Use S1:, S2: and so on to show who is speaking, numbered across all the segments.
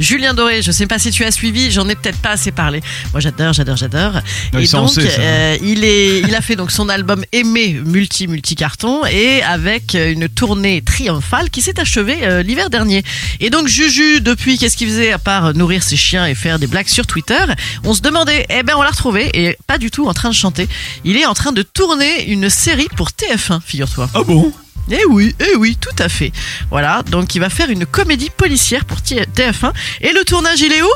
S1: Julien Doré, je sais pas si tu as suivi, j'en ai peut-être pas assez parlé. Moi j'adore, j'adore, j'adore.
S2: Ouais,
S1: et
S2: ça, on
S1: donc
S2: sait, ça.
S1: euh, il est, il a fait donc son album Aimé multi multi carton et avec euh, une tournée triomphale qui s'est achevée euh, l'hiver dernier. Et donc Juju depuis qu'est-ce qu'il faisait à part nourrir ses chiens et faire des blagues sur Twitter On se demandait, eh ben on l'a retrouvé et pas du tout en train de chanter. Il est en train de tourner une série pour TF1, figure-toi.
S2: Ah bon
S1: Eh oui, eh oui, tout à fait. Voilà, donc il va faire une comédie policière pour TF1. Et le tournage, il est où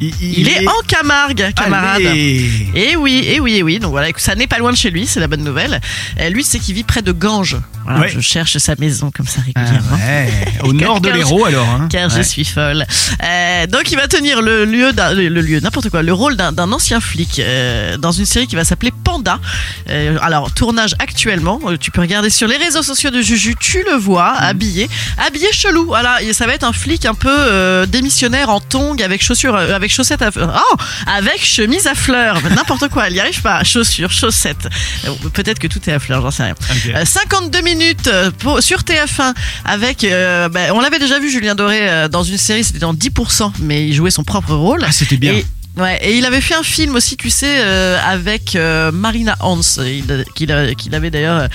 S2: il,
S1: Il est en Camargue, camarade.
S2: Allez.
S1: Eh oui, eh oui, eh oui. Donc voilà, écoute, ça n'est pas loin de chez lui, c'est la bonne nouvelle. Euh, lui, c'est qu'il vit près de Ganges. Voilà,
S2: Ouais.
S1: je cherche sa maison comme ça
S2: Ah
S1: régulièrement.
S2: ouais. Au nord de
S1: Car-
S2: l'Hérault alors. hein.
S1: Car je
S2: Ouais.
S1: suis folle. Euh, donc il va tenir le lieu, d'un- le lieu, n'importe quoi, le rôle d'un d'un ancien flic euh, dans une série qui va s'appeler Panda. Euh, alors tournage actuellement, euh, tu peux regarder sur les réseaux sociaux de Juju, tu le vois,
S2: Mm.
S1: habillé, habillé chelou. Voilà, et ça va être un flic un peu euh, démissionnaire en tongs avec chaussures, euh, avec chaussettes à, oh, avec chemise à fleurs, n'importe quoi. Elle n'y arrive pas. Chaussures, chaussettes. Euh, Peut-être que tout est à fleurs, j'en sais rien.
S2: Ok.
S1: Euh, 52 minutes euh, pour- sur TF1 avec euh, bah, on l'avait déjà vu Julien Doré euh, dans une série c'était dans 10% mais il jouait son propre rôle
S2: Ah c'était bien.
S1: et Ouais, et il avait fait un film aussi, tu sais, euh, avec euh, Marina Hans, il- qu'il a- qu'il avait d'ailleurs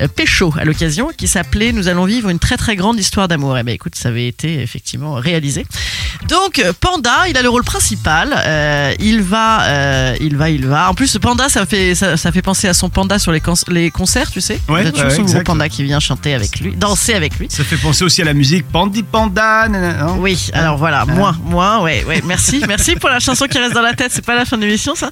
S1: euh, pécho à l'occasion, qui s'appelait Nous allons vivre une très très grande histoire d'amour. Et ben écoute, ça avait été effectivement réalisé. Donc euh, Panda, il a le rôle principal. euh, il va, euh, il va, il va. En plus, Panda, ça fait ça, ça fait penser à son panda sur les, cons- les concerts, tu sais.
S2: Ouais,
S1: T'as toujours
S2: ouais,
S1: son gros
S2: exact.
S1: panda qui vient chanter avec lui, danser avec lui.
S2: Ça fait penser aussi à la musique Pandi Panda. nanana, hein. non
S1: Oui, alors voilà, moi, moi, ouais, ouais, merci, merci pour la chanson qui reste dans la tête, c'est pas la fin de l'émission ça.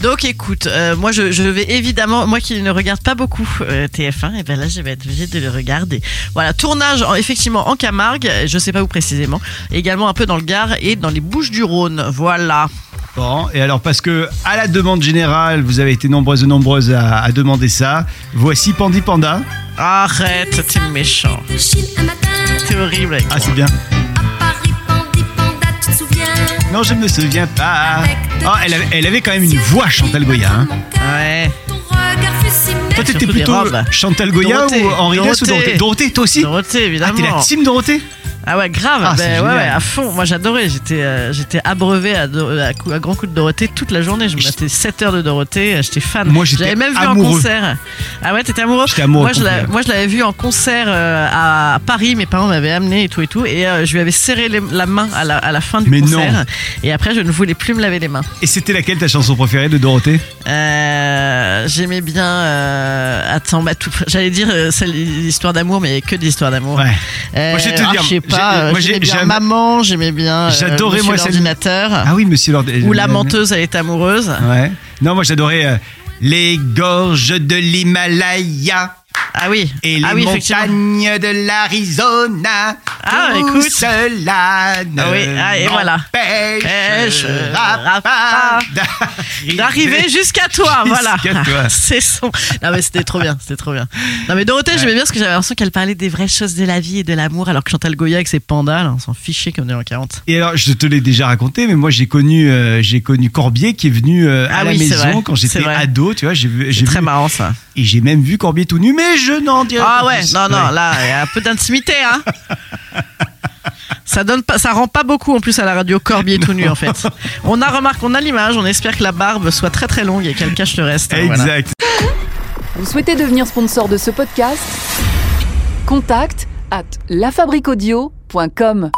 S1: Donc écoute, euh, moi je, je vais évidemment, moi qui ne regarde pas beaucoup euh, TF1, et ben là je vais être obligée de le regarder. Voilà, tournage en- effectivement en Camargue, je sais pas où précisément, également un peu dans le Gard et dans les Bouches du Rhône, voilà.
S2: Bon, et alors parce que à la demande générale, vous avez été nombreuses et nombreuses à, à demander ça. Voici Pandi Panda.
S1: Arrête, t'es méchant,
S3: Chine un matin,
S1: t'es horrible. avec
S2: Ah
S1: moi.
S2: c'est bien.
S3: à Paris, Pandi Panda, tu te souviens
S2: Non, je ne me souviens pas. Ah, elle, avait, elle avait quand même une voix Chantal Goya. hein.
S1: Ouais.
S3: Ton regard fut si
S2: Toi
S3: net.
S2: t'étais
S1: Surtout des
S2: plutôt
S1: robes.
S2: Chantal Goya
S1: Dorothée.
S2: ou Henri Dess
S1: Dorothée.
S2: ou Dorothée Dorothée, toi aussi
S1: Dorothée,
S2: Ah t'es la
S1: évidemment.
S2: team Dorothée
S1: Ah ouais, grave.
S2: Ah, c'est
S1: ben, ouais,
S2: génial.
S1: ouais, à fond. Moi, j'adorais. J'étais, euh, j'étais abreuvé à, Do- à, coup- à grand coup de Dorothée toute la journée. Je me
S2: J'étais-
S1: mettais 7 heures de Dorothée. euh, J'étais fan.
S2: Moi, j'étais
S1: J'avais même vu en
S2: amoureux.
S1: concert. Ah ouais, t'étais amoureux.
S2: J'étais amoureux
S1: Moi, je
S2: complet.
S1: l'avais, moi, je l'avais vu en concert euh, à Paris. Mes parents m'avaient amené et tout et tout. Et euh, je lui avais serré les- la main à la, à la fin du
S2: Mais
S1: concert.
S2: non.
S1: Et après, je ne voulais plus me laver les mains.
S2: Et c'était laquelle ta chanson préférée de Dorothée
S1: Euh, j'aimais bien. euh, attends, bah, tout, j'allais dire euh, celle l'histoire d'amour, mais que des histoires d'amour.
S2: Ouais.
S1: Euh,
S2: Moi, je vais te
S1: ah,
S2: dire,
S1: je sais
S2: j'ai-
S1: pas. euh,
S2: moi, j'ai-
S1: J'aimais bien
S2: j'aime-
S1: maman, j'aimais bien. euh,
S2: J'adorais,
S1: Monsieur
S2: moi, celle-
S1: l'ordinateur.
S2: Ah oui, Ah. monsieur Lord.
S1: Ou la menteuse, elle est amoureuse.
S2: Ouais. Non, moi j'adorais euh, les gorges de l'Himalaya
S1: Ah oui.
S2: et les
S1: ah oui, effectivement.
S2: montagnes de l'Arizona.
S1: Ah,
S2: Tout
S1: écoute.
S2: Cela ne
S1: Ah oui, ah, et voilà.
S2: m'empêchera
S1: Pêchera
S2: pas
S1: pas D'arriver jusqu'à toi, voilà.
S2: Jusqu'à toi.
S1: C'est son. Non mais c'était trop bien, c'était trop bien. Non mais Dorothée, j'aimais bien parce que j'avais l'impression qu'elle parlait des vraies choses de la vie et de l'amour, alors que Chantal Goya avec ses pandas, là, on s'en fichait comme des en 40.
S2: Et alors, je te l'ai déjà raconté, mais moi j'ai connu, euh, j'ai connu Corbier qui est venu euh, à
S1: Ah
S2: la
S1: oui, c'est vrai,
S2: maison quand
S1: c'est
S2: j'étais
S1: vrai.
S2: ado, tu vois, j'ai vu, j'ai
S1: C'est très
S2: vu-
S1: marrant ça.
S2: et j'ai même vu Corbier tout nu, mais je n'en dirai
S1: Ah
S2: pas
S1: ouais,
S2: plus.
S1: non
S2: Ouais.
S1: non, là il y a un peu d'intimité hein. Ça donne pas, ça rend pas beaucoup en plus à la radio Corbier tout nu en fait. On a remarque, on a l'image, on espère que la barbe soit très très longue et qu'elle cache le reste. hein, voilà.
S2: Exact.
S4: Vous souhaitez devenir sponsor de ce podcast Contact à lafabriquaudio.com.